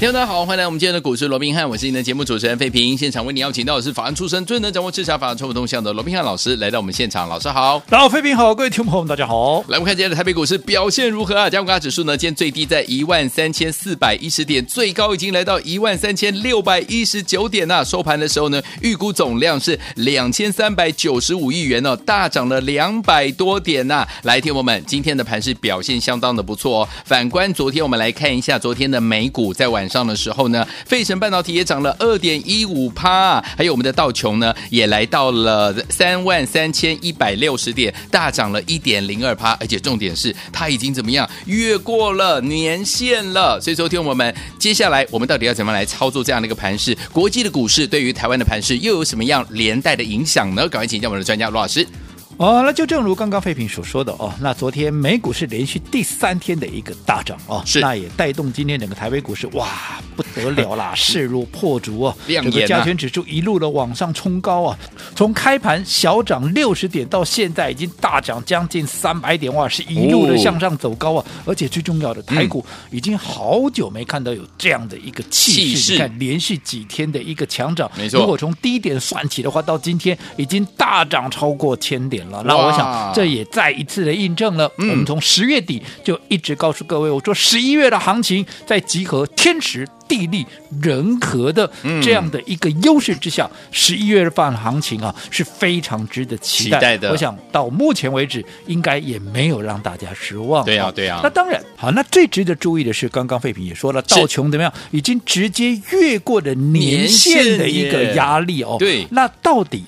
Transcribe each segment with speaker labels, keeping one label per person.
Speaker 1: 听众大家好，欢迎来我们今天的股市罗宾汉，我是你的节目主持人费平。现场为你邀请到的是法案出身、最能掌握市场法案冲动向的罗宾汉老师，来到我们现场。老师好，
Speaker 2: 然后，飞平好，各位听众朋友们，大家好。
Speaker 1: 来，我们看今天的台北股市表现如何啊？加股指数呢，今天最低在一万三千四百一十点，最高已经来到一万三千六百一十九点呐、收盘的时候呢，预估总量是两千三百九十五亿元哦，大涨了两百多点呐、来，听我们，今天的盘是表现相当的不错哦。反观昨天，我们来看一下昨天的美股，在晚上的时候呢，费城半导体也涨了二点一五趴，还有我们的道琼呢，也来到了三万三千一百六十点，大涨了一点零二趴，而且重点是它已经怎么样越过了年限了。所以，说，听我们接下来我们到底要怎么来操作这样的一个盘势？国际的股市对于台湾的盘势又有什么样连带的影响呢？赶快请教我们的专家罗老师。
Speaker 2: 哦，那就正如刚刚废品所说的哦，那昨天美股是连续第三天的一个大涨哦，
Speaker 1: 是
Speaker 2: 那也带动今天整个台北股市哇不得了 啦，势如破竹哦，
Speaker 1: 亮
Speaker 2: 整个
Speaker 1: 眼啊
Speaker 2: 加权指数一路的往上冲高啊，从开盘小涨六十点到现在已经大涨将近三百点哇，是一路的向上走高啊，而且最重要的台股已经好久没看到有这样的一个气
Speaker 1: 气
Speaker 2: 势，
Speaker 1: 势
Speaker 2: 你看连续几天的一个强涨，
Speaker 1: 没错
Speaker 2: 如果从低点算起的话，到今天已经大涨超过千点了。那我
Speaker 1: 哇嗯
Speaker 2: 想这也再一次的印证了，我们从十月底就一直告诉各位，我说十一月的行情在集合天时。地利人和的
Speaker 1: 嗯
Speaker 2: 这样的一个优势之下，十一、月份行情啊是非常值得期待
Speaker 1: 期待的
Speaker 2: 我想到目前为止，应该也没有让大家失望。
Speaker 1: 对啊
Speaker 2: 哦
Speaker 1: 对啊
Speaker 2: 那当然，好，那最值得注意的是，刚刚费平也说了，道琼怎么样，已经直接越过了年限的一个
Speaker 1: 年限耶
Speaker 2: 压力哦。
Speaker 1: 对
Speaker 2: 那到底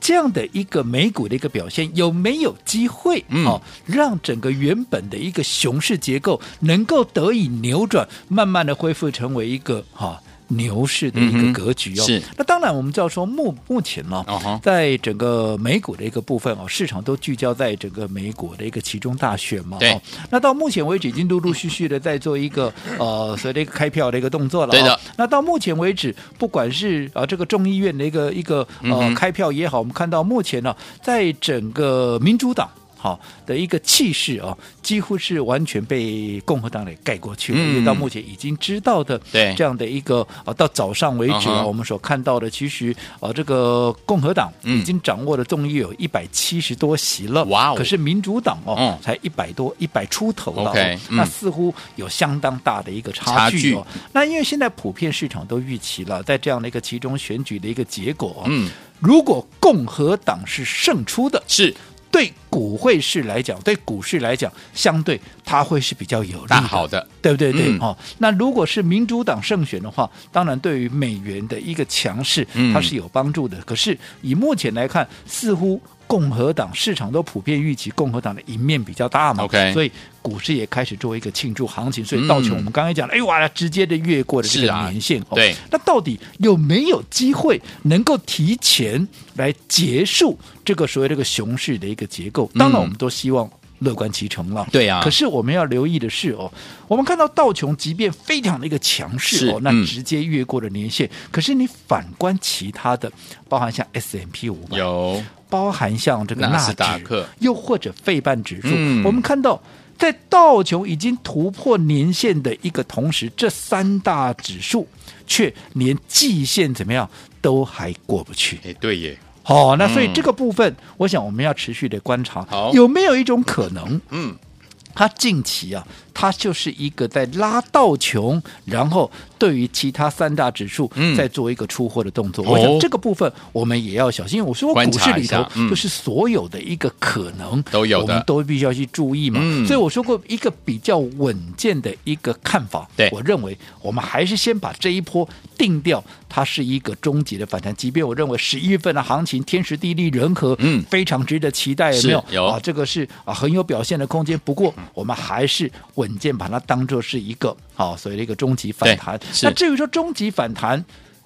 Speaker 2: 这样的一个美股的一个表现有没有机会、
Speaker 1: 嗯
Speaker 2: 哦，让整个原本的一个熊市结构能够得以扭转，慢慢的恢复成为一个哈、牛市的一
Speaker 1: 嗯哼
Speaker 2: 个格局哦，
Speaker 1: 是
Speaker 2: 那当然，我们知道说目目前呢、
Speaker 1: 哦吼
Speaker 2: 在整个美股的一个部分哦，市场都聚焦在整个美国的一个其中大选嘛。
Speaker 1: 对
Speaker 2: 哦，那到目前为止，已经陆陆续续的在做一个呃，所谓的一个开票的一个动作了、哦。
Speaker 1: 对的
Speaker 2: 那到目前为止，不管是啊、呃这个众议院的一个一个呃、
Speaker 1: 嗯哼
Speaker 2: 开票也好，我们看到目前呢、在整个民主党。好的一个气势啊，几乎是完全被共和党给盖过去了。
Speaker 1: 嗯
Speaker 2: 因为到目前已经知道的
Speaker 1: 对
Speaker 2: 这样的一个啊，到早上为止
Speaker 1: 嗯
Speaker 2: 啊，
Speaker 1: 哼
Speaker 2: 我们所看到的，其实啊，这个共和党
Speaker 1: 嗯
Speaker 2: 已经掌握了众议有一百七十多席了，
Speaker 1: 哇哦
Speaker 2: 可是民主党哦，
Speaker 1: 嗯
Speaker 2: 才一百多，一百出头了哦、
Speaker 1: OK，嗯
Speaker 2: 那似乎有相当大的一个
Speaker 1: 差
Speaker 2: 差
Speaker 1: 距
Speaker 2: 距哦。那因为现在普遍市场都预期了，在这样的一个其中选举的一个结果、哦，
Speaker 1: 嗯，
Speaker 2: 如果共和党是胜出的，
Speaker 1: 是
Speaker 2: 对股汇市来讲，对股市来讲，相对它会是比较有利
Speaker 1: 大
Speaker 2: 的。
Speaker 1: 好的，
Speaker 2: 对不对？对、
Speaker 1: 嗯
Speaker 2: 哦。那如果是民主党胜选的话，当然对于美元的一个强势
Speaker 1: 嗯，
Speaker 2: 它是有帮助的。可是以目前来看，似乎共和党市场都普遍预期共和党的赢面比较大嘛
Speaker 1: OK
Speaker 2: 所以股市也开始做一个庆祝行情。所
Speaker 1: 嗯
Speaker 2: 以道琼，我们刚才讲了，哎哇，直接的越过了这
Speaker 1: 是
Speaker 2: 个
Speaker 1: 啊
Speaker 2: 年限、哦。
Speaker 1: 对，
Speaker 2: 那到底有没有机会能够提前来结束这个所谓这个熊市的一个结构？当然，
Speaker 1: 嗯
Speaker 2: 我们都希望乐观其成了。
Speaker 1: 对啊
Speaker 2: 可是我们要留意的是哦，我们看到道琼即便非常的一个强势哦
Speaker 1: 是，
Speaker 2: 那
Speaker 1: 嗯
Speaker 2: 直接越过了年线。可是你反观其他的，包含像 S M P 五百，
Speaker 1: 有
Speaker 2: 包含像这个
Speaker 1: 纳
Speaker 2: 纳
Speaker 1: 斯
Speaker 2: 指，
Speaker 1: 达克
Speaker 2: 又或者费半指数，
Speaker 1: 嗯
Speaker 2: 我们看到。在道琼已经突破年线的一个同时，这三大指数却连季线怎么样都还过不去。
Speaker 1: 哎，对耶，
Speaker 2: 好、那所以
Speaker 1: 嗯
Speaker 2: 这个部分，我想我们要持续的观察
Speaker 1: 好，
Speaker 2: 有没有一种可能，
Speaker 1: 嗯，
Speaker 2: 它近期啊，它就是一个在拉道琼，然后对于其他三大指数
Speaker 1: 嗯
Speaker 2: 在做一个出货的动作。
Speaker 1: 哦
Speaker 2: 我想这个部分我们也要小心。我说
Speaker 1: 观
Speaker 2: 股
Speaker 1: 察
Speaker 2: 市
Speaker 1: 一
Speaker 2: 里
Speaker 1: 下
Speaker 2: 头
Speaker 1: 嗯
Speaker 2: 就是所有的一个可能
Speaker 1: 都有的
Speaker 2: 我们都必须要去注意嘛。
Speaker 1: 嗯
Speaker 2: 所以我说过一个比较稳健的一个看法，
Speaker 1: 对
Speaker 2: 我认为我们还是先把这一波定掉，它是一个终极的反弹。即便我认为十一月份的行情天时地利人和，
Speaker 1: 嗯
Speaker 2: 非常值得期待，有
Speaker 1: 是
Speaker 2: 没有？
Speaker 1: 有
Speaker 2: 啊，这个是啊很有表现的空间。不过我们还是稳健把它当做是一个好、所谓的一个终极反弹
Speaker 1: 对。是嗯
Speaker 2: 那至于说终极反弹。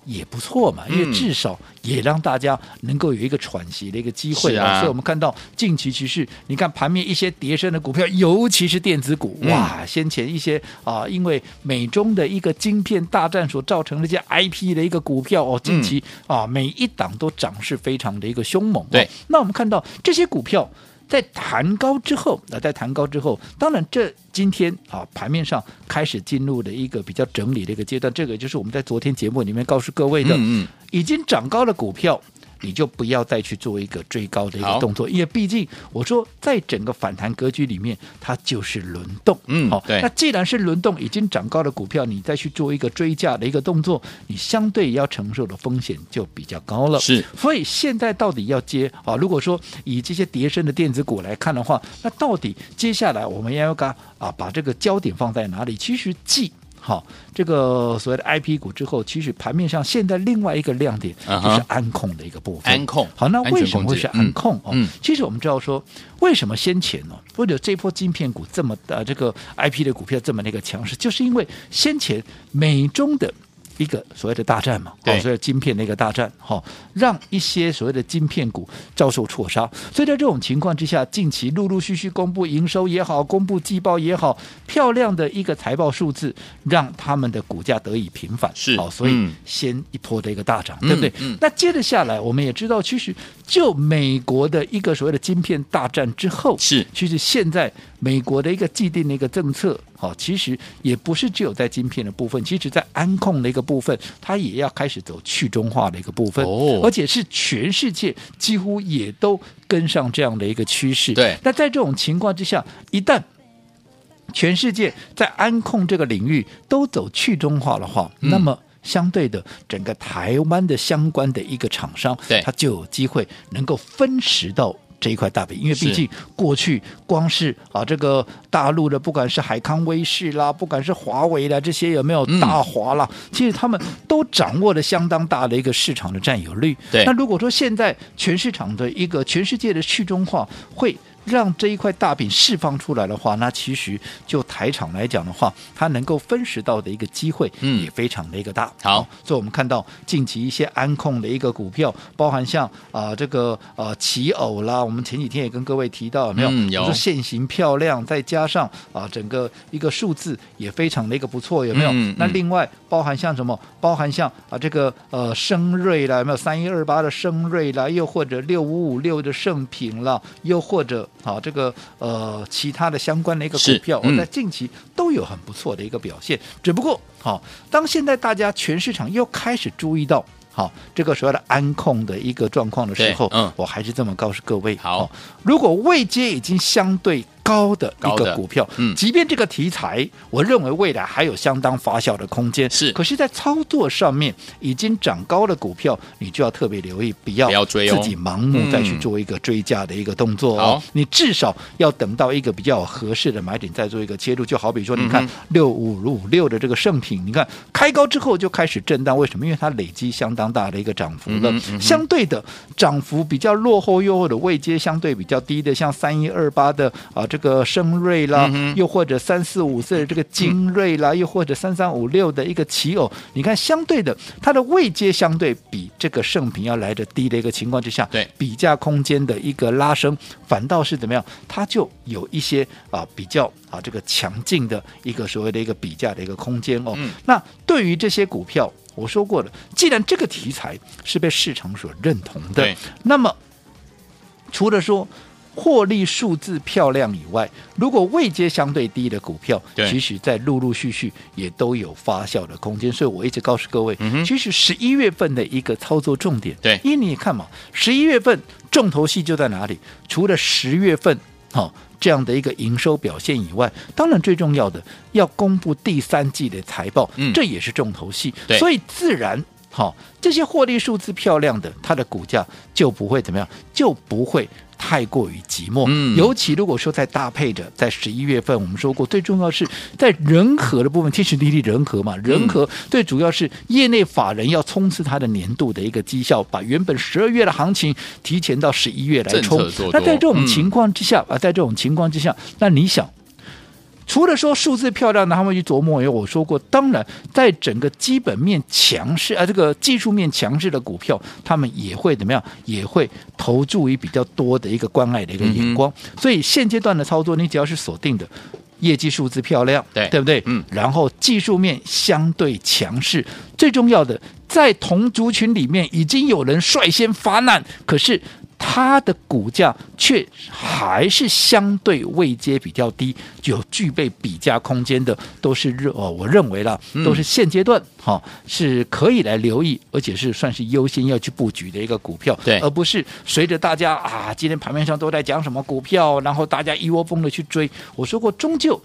Speaker 2: 也不错嘛，因为至少也让大家能够有一个喘息的一个机会
Speaker 1: 是啊
Speaker 2: 所以我们看到近期其实你看盘面一些跌升的股票，尤其是电子股，
Speaker 1: 嗯
Speaker 2: 哇，先前一些啊，因为美中的一个晶片大战所造成的一些 IP 的一个股票
Speaker 1: 嗯
Speaker 2: 哦，近期、啊每一档都涨势非常的一个凶猛、
Speaker 1: 对
Speaker 2: 哦那我们看到这些股票。在弹高之后，啊，在弹高之后，当然这今天啊盘面上开始进入了一个比较整理的一个阶段，这个就是我们在昨天节目里面告诉各位
Speaker 1: 嗯
Speaker 2: 的，
Speaker 1: 嗯
Speaker 2: 已经涨高的股票。你就不要再去做一个追高的一
Speaker 1: 好
Speaker 2: 个动作，因为毕竟我说，在整个反弹格局里面，它就是轮动。
Speaker 1: 嗯
Speaker 2: 好、
Speaker 1: 对
Speaker 2: 那既然是轮动，已经涨高的股票，你再去做一个追价的一个动作，你相对要承受的风险就比较高了。
Speaker 1: 是，
Speaker 2: 所以现在到底要接啊？如果说以这些跌升的电子股来看的话，那到底接下来我们要干啊？把这个焦点放在哪里？其实继好，这个所谓的 I P 股之后，其实盘面上现在另外一个亮点
Speaker 1: 啊
Speaker 2: 就
Speaker 1: 哈
Speaker 2: 是安控的一个部分。
Speaker 1: 安控
Speaker 2: 好，那
Speaker 1: 安全
Speaker 2: 为什么
Speaker 1: 控
Speaker 2: 会
Speaker 1: 制
Speaker 2: 是安控？哦，
Speaker 1: 嗯嗯
Speaker 2: 其实我们知道说，为什么先前呢、哦，或者这波晶片股这么呃这个 I P 的股票这么那个强势，就是因为先前美中的。一个所谓的大战嘛，
Speaker 1: 对
Speaker 2: 哦，所以晶片的一个大战，哈、哦，让一些所谓的晶片股遭受挫杀。所以在这种情况之下，近期陆陆续续公布营收也好，公布季报也好，漂亮的一个财报数字，让他们的股价得以平反。
Speaker 1: 是
Speaker 2: 好、所以
Speaker 1: 嗯
Speaker 2: 先一波的一个大涨，
Speaker 1: 嗯
Speaker 2: 对不对？
Speaker 1: 嗯
Speaker 2: 那接着下来，我们也知道，其实就美国的一个所谓的晶片大战之后，
Speaker 1: 是
Speaker 2: 其实现在美国的一个既定的一个政策，好、其实也不是只有在晶片的部分，其实在安控的一个部分，它也要开始走去中化的一个部分，
Speaker 1: 哦
Speaker 2: 而且是全世界几乎也都跟上这样的一个趋势。
Speaker 1: 对
Speaker 2: 那在这种情况之下，一旦全世界在安控这个领域都走去中化的话，
Speaker 1: 嗯
Speaker 2: 那么。相对的，整个台湾的相关的一个厂商，
Speaker 1: 对
Speaker 2: 它就有机会能够分食到这一块大饼，因为
Speaker 1: 是
Speaker 2: 毕竟过去光是啊这个大陆的，不管是海康威视啦，不管是华为啦，这些有没有
Speaker 1: 嗯
Speaker 2: 大华啦，其实他们都掌握了相当大的一个市场的占有率。
Speaker 1: 对
Speaker 2: 那如果说现在全市场的一个全世界的去中化会。让这一块大饼释放出来的话，那其实就台场来讲的话，它能够分食到的一个机会，
Speaker 1: 嗯
Speaker 2: 也非常的一个大。
Speaker 1: 好
Speaker 2: 哦所以我们看到近期一些安控的一个股票，包含像啊、这个呃奇偶啦，我们前几天也跟各位提到，有没有？
Speaker 1: 嗯有
Speaker 2: 我说现形漂亮，再加上啊、整个一个数字也非常的一个不错，有没有？
Speaker 1: 嗯
Speaker 2: 那
Speaker 1: 嗯
Speaker 2: 另外包含像什么？包含像啊、这个呃升瑞啦，有没有三一二八的升瑞啦，又或者六五五六的盛品啦，又或者啊、这个呃其他的相关的一个股
Speaker 1: 是
Speaker 2: 票，
Speaker 1: 嗯
Speaker 2: 我在近期都有很不错的一个表现。只不过好、当现在大家全市场又开始注意到。好，这个所谓的安控的一个状况的时候，
Speaker 1: 对嗯
Speaker 2: 我还是这么告诉各位。
Speaker 1: 好
Speaker 2: 哦如果位阶已经相对高的一
Speaker 1: 高的
Speaker 2: 个股票，
Speaker 1: 嗯
Speaker 2: 即便这个题材，我认为未来还有相当发酵的空间。
Speaker 1: 是
Speaker 2: 可是，在操作上面已经涨高的股票，你就要特别留意，不要
Speaker 1: 不要追哦
Speaker 2: 自己盲目再去
Speaker 1: 嗯
Speaker 2: 做一个追价的一个动作哦
Speaker 1: 好。
Speaker 2: 你至少要等到一个比较合适的买点再做一个切入。就好比说，你
Speaker 1: 嗯
Speaker 2: 看六五五六的这个圣品，你看开高之后就开始震荡，为什么？因为它累积相当大的一个涨幅了。
Speaker 1: 嗯哼嗯哼
Speaker 2: 相对的涨幅比较落后，又或者位阶相对比较低的，像三一二八的啊、这个升瑞
Speaker 1: 嗯
Speaker 2: 啦，又或者三四五四的这个精锐啦，又或者三三五六的一个奇偶，你看相对的它的位阶相对比这个圣品要来的低的一个情况之下，
Speaker 1: 对
Speaker 2: 比价空间的一个拉升，反倒是怎么样？它就有一些啊比较啊这个强劲的一个所谓的一个比价的一个空间哦。
Speaker 1: 嗯
Speaker 2: 那对于这些股票，我说过了，既然这个题材是被市场所认同的
Speaker 1: 对，
Speaker 2: 那么除了说。获利数字漂亮以外，如果位阶相对低的股票，
Speaker 1: 对
Speaker 2: 其实在陆陆续续也都有发酵的空间。所以我一直告诉各位，
Speaker 1: 嗯哼
Speaker 2: 其实十一月份的一个操作重点，
Speaker 1: 对
Speaker 2: 因为你看嘛，十一月份重头戏就在哪里？除了十月份，好、这样的一个营收表现以外，当然最重要的要公布第三季的财报，
Speaker 1: 嗯
Speaker 2: 这也是重头戏
Speaker 1: 对。
Speaker 2: 所以自然，好、这些获利数字漂亮的，它的股价就不会怎么样，就不会太过于寂寞。
Speaker 1: 嗯
Speaker 2: 尤其如果说再搭配着，在十一月份，我们说过，最重要是在人和的部分，天时地利人和
Speaker 1: 嗯
Speaker 2: 嘛，人和最主要是业内法人要冲刺它的年度的一个绩效，把原本十二月的行情提前到十一月来冲
Speaker 1: 政策做多。
Speaker 2: 那在这种
Speaker 1: 嗯
Speaker 2: 情况之下、啊，在这种情况之下，那你想？除了说数字漂亮的，他们去琢磨。因为我说过，当然在整个基本面强势啊，这个技术面强势的股票，他们也会怎么样？也会投注于比较多的一个关爱的一个眼光。所以现阶段的操作，你只要是锁定的。业绩数字漂亮，
Speaker 1: 对
Speaker 2: 对不对？
Speaker 1: 嗯
Speaker 2: 然后技术面相对强势，最重要的，在同族群里面已经有人率先发难，可是它的股价却还是相对位阶比较低，有具备比价空间的，都是认哦，我认为啦，
Speaker 1: 嗯
Speaker 2: 都是现阶段哈、哦是可以来留意，而且是算是优先要去布局的一个股票，
Speaker 1: 对
Speaker 2: 而不是随着大家啊，今天盘面上都在讲什么股票，然后大家一窝蜂的去追。我说过，终究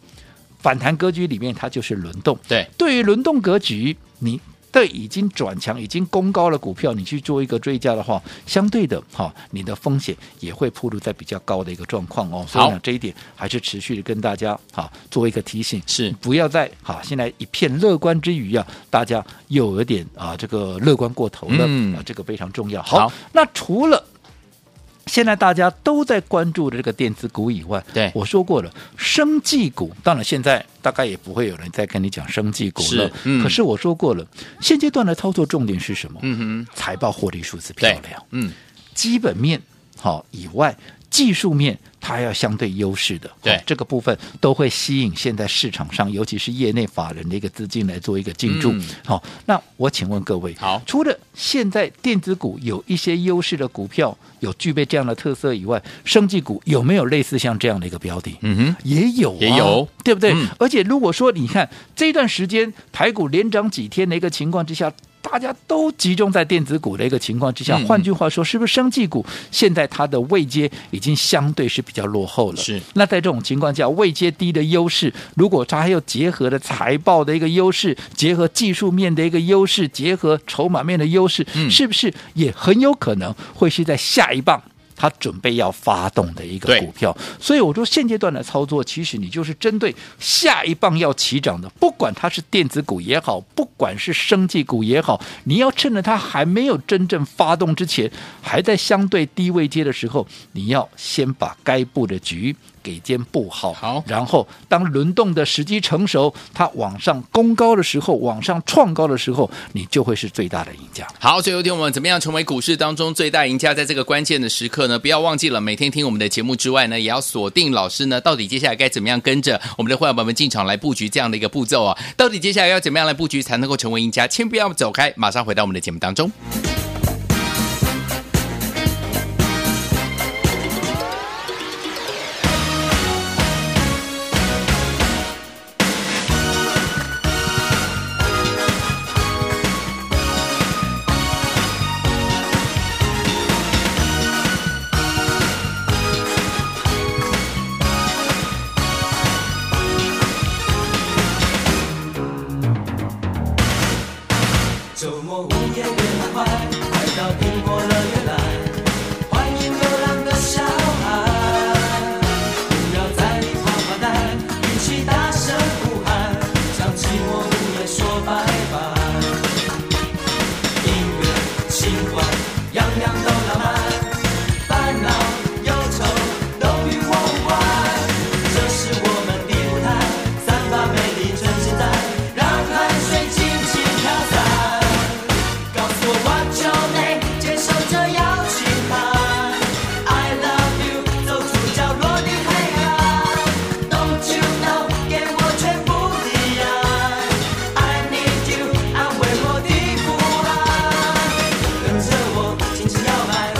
Speaker 2: 反弹格局里面它就是轮动。
Speaker 1: 对，
Speaker 2: 对于轮动格局，你对已经转强、已经攻高了股票，你去做一个追加的话，相对的哈、你的风险也会暴露在比较高的一个状况哦。所以呢，这一点还是持续的跟大家哈、做一个提醒，
Speaker 1: 是
Speaker 2: 不要在哈、现在一片乐观之余啊，大家又有点啊这个乐观过头了，
Speaker 1: 嗯
Speaker 2: 啊这个非常重要。
Speaker 1: 好
Speaker 2: 那除了现在大家都在关注的这个电子股以外，
Speaker 1: 对
Speaker 2: 我说过了，生技股，当然现在大概也不会有人再跟你讲生技股了
Speaker 1: 是。嗯
Speaker 2: 可是我说过了，现阶段的操作重点是什么？
Speaker 1: 嗯哼，
Speaker 2: 财报获利数字漂
Speaker 1: 对
Speaker 2: 亮，，
Speaker 1: 嗯，
Speaker 2: 基本面好、以外，技术面它要相对优势的，
Speaker 1: 对
Speaker 2: 好这个部分都会吸引现在市场上，尤其是业内法人的一个资金来做一个进驻。
Speaker 1: 嗯
Speaker 2: 好、那我请问各位，
Speaker 1: 好
Speaker 2: 除了现在电子股有一些优势的股票有具备这样的特色以外，生技股有没有类似像这样的一个标的？
Speaker 1: 嗯哼，
Speaker 2: 也有、啊，
Speaker 1: 也有，
Speaker 2: 对不对？
Speaker 1: 嗯
Speaker 2: 而且如果说你看这段时间台股连涨几天的一个情况之下。大家都集中在电子股的一个情况之下，
Speaker 1: 嗯
Speaker 2: 换句话说，是不是生技股现在它的位阶已经相对是比较落后了？
Speaker 1: 是。
Speaker 2: 那在这种情况下，位阶低的优势，如果它还有结合的财报的一个优势，结合技术面的一个优势，结合筹码面的优势，
Speaker 1: 嗯
Speaker 2: 是不是也很有可能会是在下一棒它准备要发动的一个
Speaker 1: 对
Speaker 2: 股票，所以我说现阶段的操作，其实你就是针对下一棒要起涨的，不管它是电子股也好，不管是生技股也好，你要趁着它还没有真正发动之前，还在相对低位阶的时候，你要先把该布的局。给先布好，
Speaker 1: 好
Speaker 2: 然后当轮动的时机成熟，它往上攻高的时候，往上创高的时候，你就会是最大的赢家。
Speaker 1: 好，最后一天我们怎么样成为股市当中最大赢家？在这个关键的时刻呢，不要忘记了每天听我们的节目之外呢，也要锁定老师呢，到底接下来该怎么样跟着我们的会员朋友们进场来布局这样的一个步骤啊？到底接下来要怎么样来布局才能够成为赢家？千万不要走开，马上回到我们的节目当中。
Speaker 3: 周末午夜别太快，快到苹果乐园来，欢迎流浪的小孩。不要在里发发呆，一起大声呼喊，向寂寞午夜说拜拜。音乐、情怀，样样都浪漫，烦恼、忧愁都与我无关。这是我们的舞台，散发美丽真情在，让汗水轻轻飘散。告诉我 What's your name，接受这邀请函。I love you，走出角落的黑暗。Don't you know，给我全部的爱。I need you，安慰我的不安。跟着我，尽情摇摆，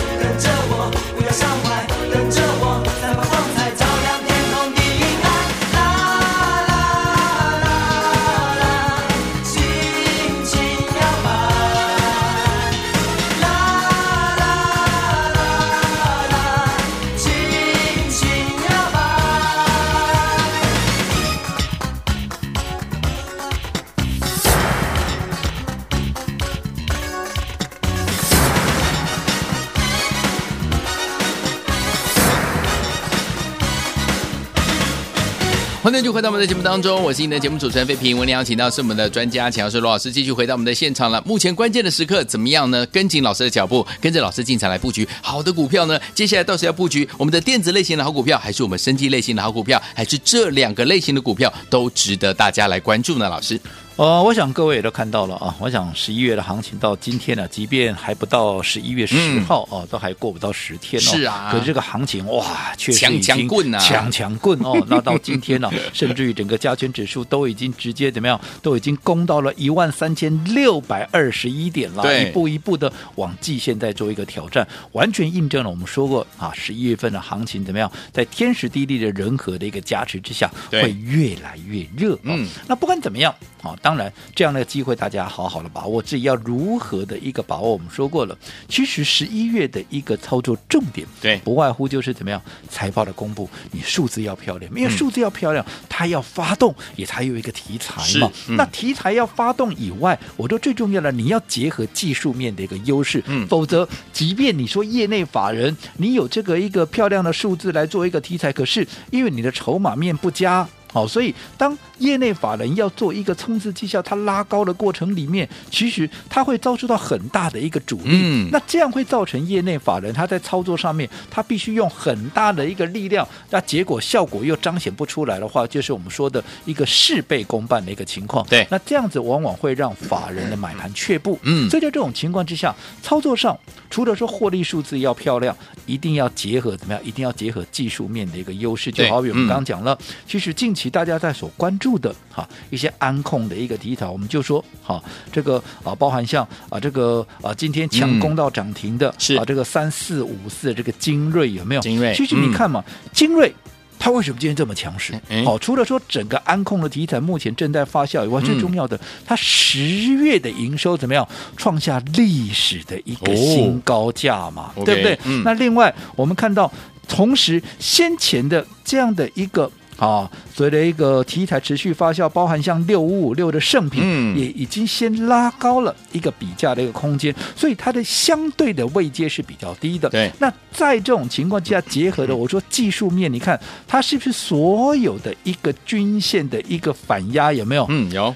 Speaker 1: 欢迎继续回到我们的节目当中，我是您的节目主持人费平。我们邀请到是我们的专家钱老师罗老师，继续回到我们的现场了。目前关键的时刻怎么样呢？跟紧老师的脚步，跟着老师进场来布局好的股票呢？接下来到底要布局我们的电子类型的好股票，还是我们生技类型的好股票，还是这两个类型的股票都值得大家来关注呢？老师，
Speaker 2: 呃，我想各位也都看到了啊，我想十一月的行情到今天呢、啊即便还不到十一月十
Speaker 1: 嗯
Speaker 2: 号啊、都还过不到十天哦。
Speaker 1: 是啊
Speaker 2: 可是这个行情哇，确实
Speaker 1: 强
Speaker 2: 已经
Speaker 1: 强棍啊
Speaker 2: 强强棍 哦。那到今天呢、甚至于整个加权指数都已经直接怎么样，都已经攻到了一万三千六百二十一点了，
Speaker 1: 对
Speaker 2: 一步一步的往季线在做一个挑战，完全印证了我们说过啊，十一月份的行情怎么样，在天时地利的人和的一个加持之下，
Speaker 1: 对
Speaker 2: 会越来越热、嗯。
Speaker 1: 嗯
Speaker 2: 那不管怎么样，好、当然这样的机会大家好好的把握，至于要如何的一个把握，我们说过了，其实十一月的一个操作重点，
Speaker 1: 对
Speaker 2: 不外乎就是怎么样财报的公布，你数字要漂亮，因为
Speaker 1: 嗯
Speaker 2: 数字要漂亮，它要发动，也才有一个题材嘛。
Speaker 1: 是嗯
Speaker 2: 那题材要发动以外，我说最重要的，你要结合技术面的一个优势，
Speaker 1: 嗯
Speaker 2: 否则即便你说业内法人，你有这个一个漂亮的数字来做一个题材，可是因为你的筹码面不佳。好，所以当业内法人要做一个冲刺绩效，它拉高的过程里面，其实它会遭受到很大的一个阻力。
Speaker 1: 嗯
Speaker 2: 那这样会造成业内法人他在操作上面，他必须用很大的一个力量，那结果效果又彰显不出来的话，就是我们说的一个事倍功半的一个情况。
Speaker 1: 对
Speaker 2: 那这样子往往会让法人的买盘却步。
Speaker 1: 嗯
Speaker 2: 所以在这种情况之下，操作上除了说获利数字要漂亮，一定要结合怎么样？一定要结合技术面的一个优势。就
Speaker 1: 对
Speaker 2: 好比我
Speaker 1: 嗯
Speaker 2: 们刚刚讲了，其实近期大家在所关注的哈、一些安控的一个题材，我们就说哈、这个啊包含像啊这个啊今天强
Speaker 1: 嗯
Speaker 2: 攻到涨停的、
Speaker 1: 是
Speaker 2: 啊这个三四五四这个精锐有没有？
Speaker 1: 精锐
Speaker 2: 其实
Speaker 1: 嗯
Speaker 2: 你看嘛，精锐。它为什么今天这么强势
Speaker 1: 哎？
Speaker 2: 好、除了说整个安控的题材目前正在发酵以外，最重要
Speaker 1: 嗯
Speaker 2: 的，它十月的营收怎么样创下历史的一个
Speaker 1: 哦
Speaker 2: 新高价嘛，
Speaker 1: OK，
Speaker 2: 对不对？
Speaker 1: 嗯
Speaker 2: 那另外我们看到，同时先前的这样的一个。啊，随着一个题材持续发酵，包含像六五五六的圣品，
Speaker 1: 嗯
Speaker 2: 也已经先拉高了一个比价的一个空间，所以它的相对的位阶是比较低的。
Speaker 1: 对
Speaker 2: 那在这种情况之下，结合的我说技术面，你看它是不是所有的一个均线的一个反压有没有？
Speaker 1: 嗯，有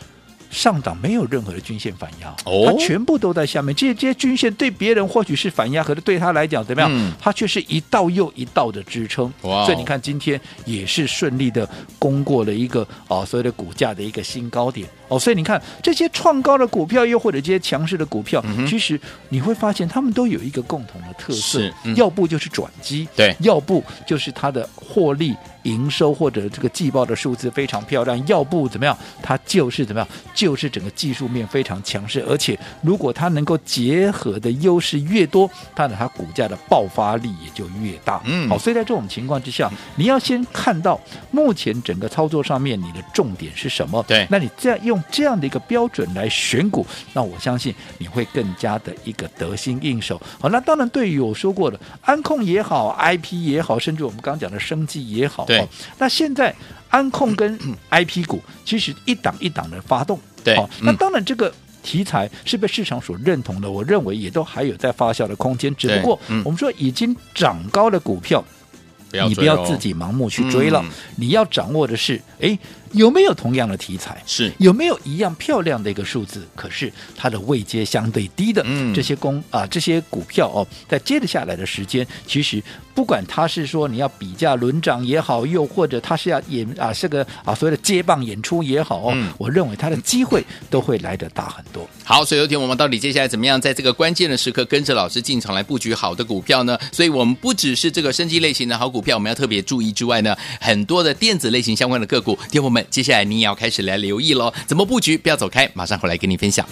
Speaker 2: 上档没有任何的均线反压，
Speaker 1: 哦
Speaker 2: 它全部都在下面。这些这些均线对别人或许是反压，可是对他来讲怎么样？
Speaker 1: 嗯
Speaker 2: 它却是一道又一道的支撑。
Speaker 1: 哇哦
Speaker 2: 所以你看今天也是顺利的攻过了一个啊、所谓的股价的一个新高点哦。所以你看这些创高的股票，又或者这些强势的股票，
Speaker 1: 嗯
Speaker 2: 其实你会发现它们都有一个共同的特色
Speaker 1: 是，嗯
Speaker 2: 要不就是转机，
Speaker 1: 对
Speaker 2: 要不就是它的获利、营收或者这个季报的数字非常漂亮，要不怎么样，它就是怎么样，就是整个技术面非常强势，而且如果它能够结合的优势越多，当然它股价的爆发力也就越大。
Speaker 1: 嗯
Speaker 2: 好，所以在这种情况之下，你要先看到目前整个操作上面你的重点是什么。
Speaker 1: 对
Speaker 2: 那你这样用这样的一个标准来选股，那我相信你会更加的一个得心应手。好，那当然对于我说过的安控也好，IP 也好，甚至我们刚刚讲的生技也好，
Speaker 1: 对嗯
Speaker 2: 哦那现在安控跟 IP 股其实一档一档的发动，
Speaker 1: 对
Speaker 2: 好、那
Speaker 1: 嗯
Speaker 2: 当然这个。题材是被市场所认同的，我认为也都还有在发酵的空间。只
Speaker 1: 对
Speaker 2: 不过
Speaker 1: 嗯
Speaker 2: 我们说已经涨高的股票，
Speaker 1: 不要
Speaker 2: 你不
Speaker 1: 追
Speaker 2: 要
Speaker 1: 哦
Speaker 2: 自己盲目去追了，
Speaker 1: 嗯
Speaker 2: 你要掌握的是，哎，有没有同样的题材？
Speaker 1: 是
Speaker 2: 有没有一样漂亮的一个数字？可是它的位阶相对低的、
Speaker 1: 嗯
Speaker 2: 这些公啊这些股票哦，在接着下来的时间，其实不管它是说你要比价轮涨也好，又或者它是要演啊这个啊所谓的接棒演出也好哦，
Speaker 1: 嗯
Speaker 2: 我认为它的机会都会来得大很多。
Speaker 1: 好，所以有天我们到底接下来怎么样，在这个关键的时刻跟着老师进场来布局好的股票呢？所以我们不只是这个升级类型的好股票，我们要特别注意之外呢，很多的电子类型相关的个股，听友们，接下来你也要开始来留意喽。怎么布局？不要走开，马上回来跟你分享。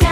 Speaker 4: 想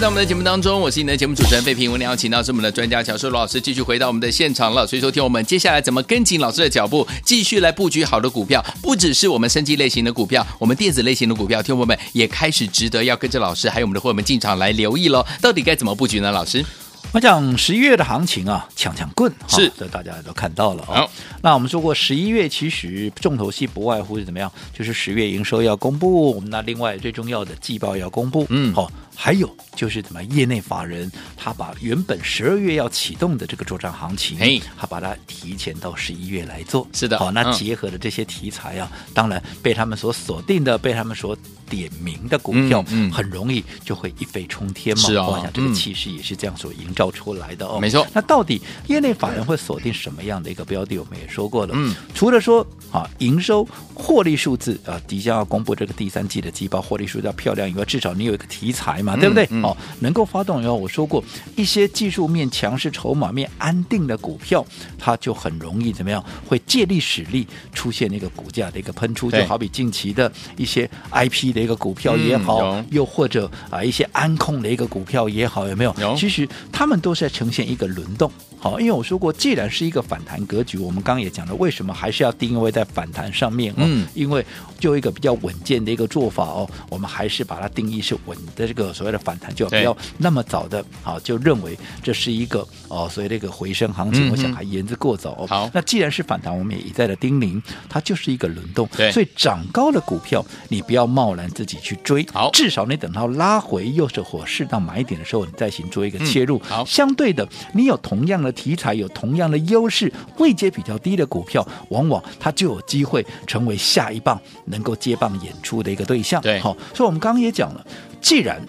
Speaker 1: 到我们的节目当中，我是你的节目主持人费平。我们邀请到是我们的专家乔硕罗老师，继续回到我们的现场了。所以说，听我们接下来怎么跟紧老师的脚步，继续来布局好的股票，不只是我们升级类型的股票，我们电子类型的股票，听我们也开始值得要跟着老师还有我们的伙伴们进场来留意喽。到底该怎么布局呢？老师，
Speaker 2: 我讲十一月的行情啊，抢抢棍哈
Speaker 1: 是
Speaker 2: 这大家都看到了啊、
Speaker 1: 好
Speaker 2: 那我们说过，十一月其实重头戏不外乎是怎么样，就是十月营收要公布，我们那另外最重要的季报要公布，
Speaker 1: 嗯
Speaker 2: 好、还有就是怎么样业内法人他把原本十二月要启动的这个作战行情
Speaker 1: 嘿，
Speaker 2: 他把它提前到十一月来做，
Speaker 1: 是的
Speaker 2: 好，那
Speaker 1: 嗯
Speaker 2: 结合的这些题材啊，当然被他们所锁定的，被他们所点名的股票，
Speaker 1: 嗯嗯
Speaker 2: 很容易就会一飞冲天嘛，
Speaker 1: 是啊
Speaker 2: 我想这个
Speaker 1: 嗯
Speaker 2: 气势也是这样所营造出来的哦。
Speaker 1: 没错
Speaker 2: 那到底业内法人会锁定什么样的一个标的？我们也说过了，
Speaker 1: 嗯，
Speaker 2: 除了说啊营收获利数字啊即将要公布这个第三季的季报获利数字要漂亮以外，至少你有一个题材嘛，对不对？
Speaker 1: 嗯
Speaker 2: 哦，能够发动以后，我说过一些技术面强势、筹码面安定的股票，它就很容易怎么样？会借力使力，出现那个股价的一个喷出，
Speaker 1: 对
Speaker 2: 就好比近期的一些 IP 的一个股票也
Speaker 1: 嗯
Speaker 2: 好，
Speaker 1: 有
Speaker 2: 又或者啊一些安控的一个股票也好，有没有？
Speaker 1: 有
Speaker 2: 其实他们都是在呈现一个轮动。好，因为我说过，既然是一个反弹格局，我们刚刚也讲了，为什么还是要定位在反弹上面哦？
Speaker 1: 嗯
Speaker 2: 因为就一个比较稳健的一个做法哦，我们还是把它定义是稳的这个所谓的反弹，就不
Speaker 1: 对
Speaker 2: 要那么早的好就认为这是一个哦所谓的一个回升行情，
Speaker 1: 嗯
Speaker 2: 我想
Speaker 1: 嗯
Speaker 2: 还言之过早、哦。
Speaker 1: 好
Speaker 2: 那既然是反弹，我们也一再的叮咛，它就是一个轮动，
Speaker 1: 对
Speaker 2: 所以涨高的股票你不要贸然自己去追，
Speaker 1: 好
Speaker 2: 至少你等到拉回又是或适当买点的时候，你再行做一个切入。
Speaker 1: 嗯好
Speaker 2: 相对的，你有同样的题材，有同样的优势，位阶比较低的股票，往往它就有机会成为下一棒能够接棒演出的一个对象。
Speaker 1: 对
Speaker 2: 好，所以我们刚刚也讲了，既然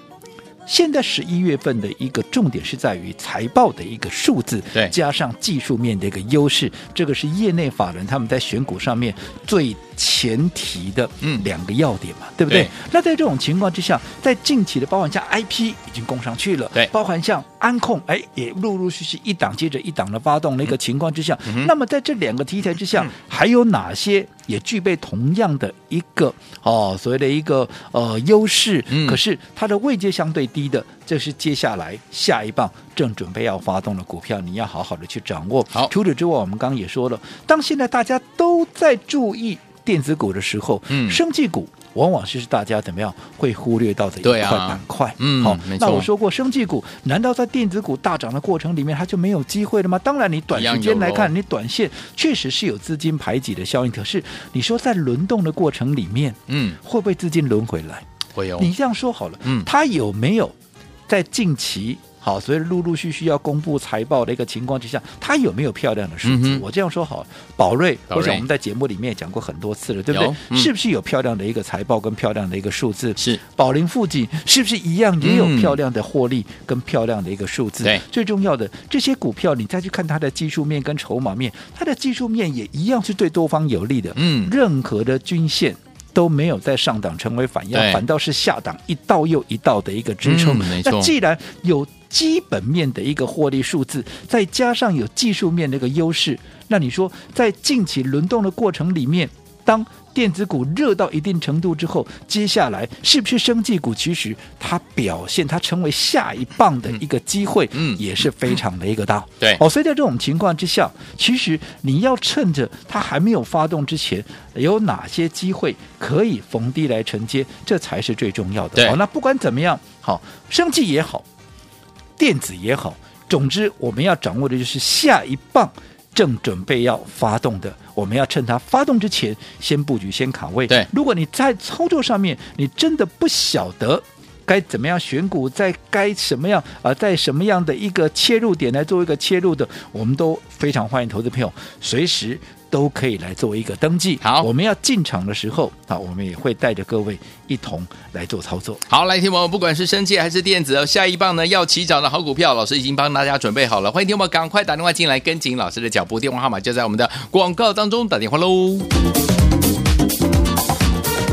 Speaker 2: 现在十一月份的一个重点是在于财报的一个数字，
Speaker 1: 对
Speaker 2: 加上技术面的一个优势，这个是业内法人他们在选股上面最前提的
Speaker 1: 嗯
Speaker 2: 两个要点嘛，对不对？
Speaker 1: 对
Speaker 2: 那在这种情况之下，在近期的包含像 IP 已经攻上去了，
Speaker 1: 对
Speaker 2: 包含像安控，哎，也陆陆续续一档接着一档的发动
Speaker 1: 嗯
Speaker 2: 的一个情况之下，那么在这两个题材之下，还有哪些也具备同样的一个哦所谓的一个呃优势？
Speaker 1: 嗯
Speaker 2: 可是它的位阶相对低的，这是接下来下一棒正准备要发动的股票，你要好好的去掌握。
Speaker 1: 好
Speaker 2: 除此之外，我们刚刚也说了，当现在大家都在注意电子股的时候，
Speaker 1: 嗯
Speaker 2: 生技股往往是大家怎么样会忽略到的一
Speaker 1: 对
Speaker 2: 块
Speaker 1: 啊
Speaker 2: 板块。
Speaker 1: 嗯
Speaker 2: 好
Speaker 1: 没，
Speaker 2: 那
Speaker 1: 错
Speaker 2: 我说过，生技股难道在电子股大涨的过程里面，它就没有机会了吗？当然，你短
Speaker 1: 一样
Speaker 2: 时间
Speaker 1: 有
Speaker 2: 来看
Speaker 1: 咯，
Speaker 2: 你短线确实是有资金排挤的效应，可是你说在轮动的过程里面，
Speaker 1: 嗯，
Speaker 2: 会不会资金轮回来？
Speaker 1: 会有
Speaker 2: 你这样说好了，
Speaker 1: 哦嗯
Speaker 2: 它有没有在近期？好，所以陆陆续续要公布财报的一个情况之下，它有没有漂亮的数字？
Speaker 1: 嗯哼
Speaker 2: 我这样说好了，宝瑞，
Speaker 1: 宝瑞
Speaker 2: 我想我们在节目里面也讲过很多次了，对不对
Speaker 1: 有？嗯
Speaker 2: 是不是有漂亮的一个财报跟漂亮的一个数字？
Speaker 1: 是
Speaker 2: 宝林附近是不是一样也有
Speaker 1: 嗯
Speaker 2: 漂亮的获利跟漂亮的一个数字？
Speaker 1: 对
Speaker 2: 最重要的这些股票，你再去看它的技术面跟筹码面，它的技术面也一样是对多方有利的。
Speaker 1: 嗯
Speaker 2: 任何的均线。都没有在上档成为反压
Speaker 1: 对，
Speaker 2: 反倒是下档一道又一道的一个支撑。
Speaker 1: 嗯没错
Speaker 2: 那既然有基本面的一个获利数字，再加上有技术面的一个优势，那你说在近期轮动的过程里面，当电子股热到一定程度之后，接下来是不是生技股其实它表现它成为下一棒的一个机会，
Speaker 1: 嗯
Speaker 2: 也是非常的一个大。
Speaker 1: 对
Speaker 2: 哦，所以在这种情况之下，其实你要趁着它还没有发动之前，有哪些机会可以逢低来承接，这才是最重要
Speaker 1: 对
Speaker 2: 的。好，那不管怎么样，好，生技也好，电子也好，总之我们要掌握的就是下一棒正准备要发动的，我们要趁它发动之前先布局、先卡位。
Speaker 1: 对
Speaker 2: 如果你在操作上面你真的不晓得。该怎么样选股，在该什么样啊、在什么样的一个切入点来做一个切入的，我们都非常欢迎投资朋友随时都可以来做一个登记。
Speaker 1: 好
Speaker 2: 我们要进场的时候啊，我们也会带着各位一同来做操作。
Speaker 1: 好，来，听众朋友们，不管是生计还是电子，哦，下一棒呢要起涨的好股票，老师已经帮大家准备好了，欢迎听众朋友们赶快打电话进来跟紧老师的脚步，电话号码就在我们的广告当中，打电话喽。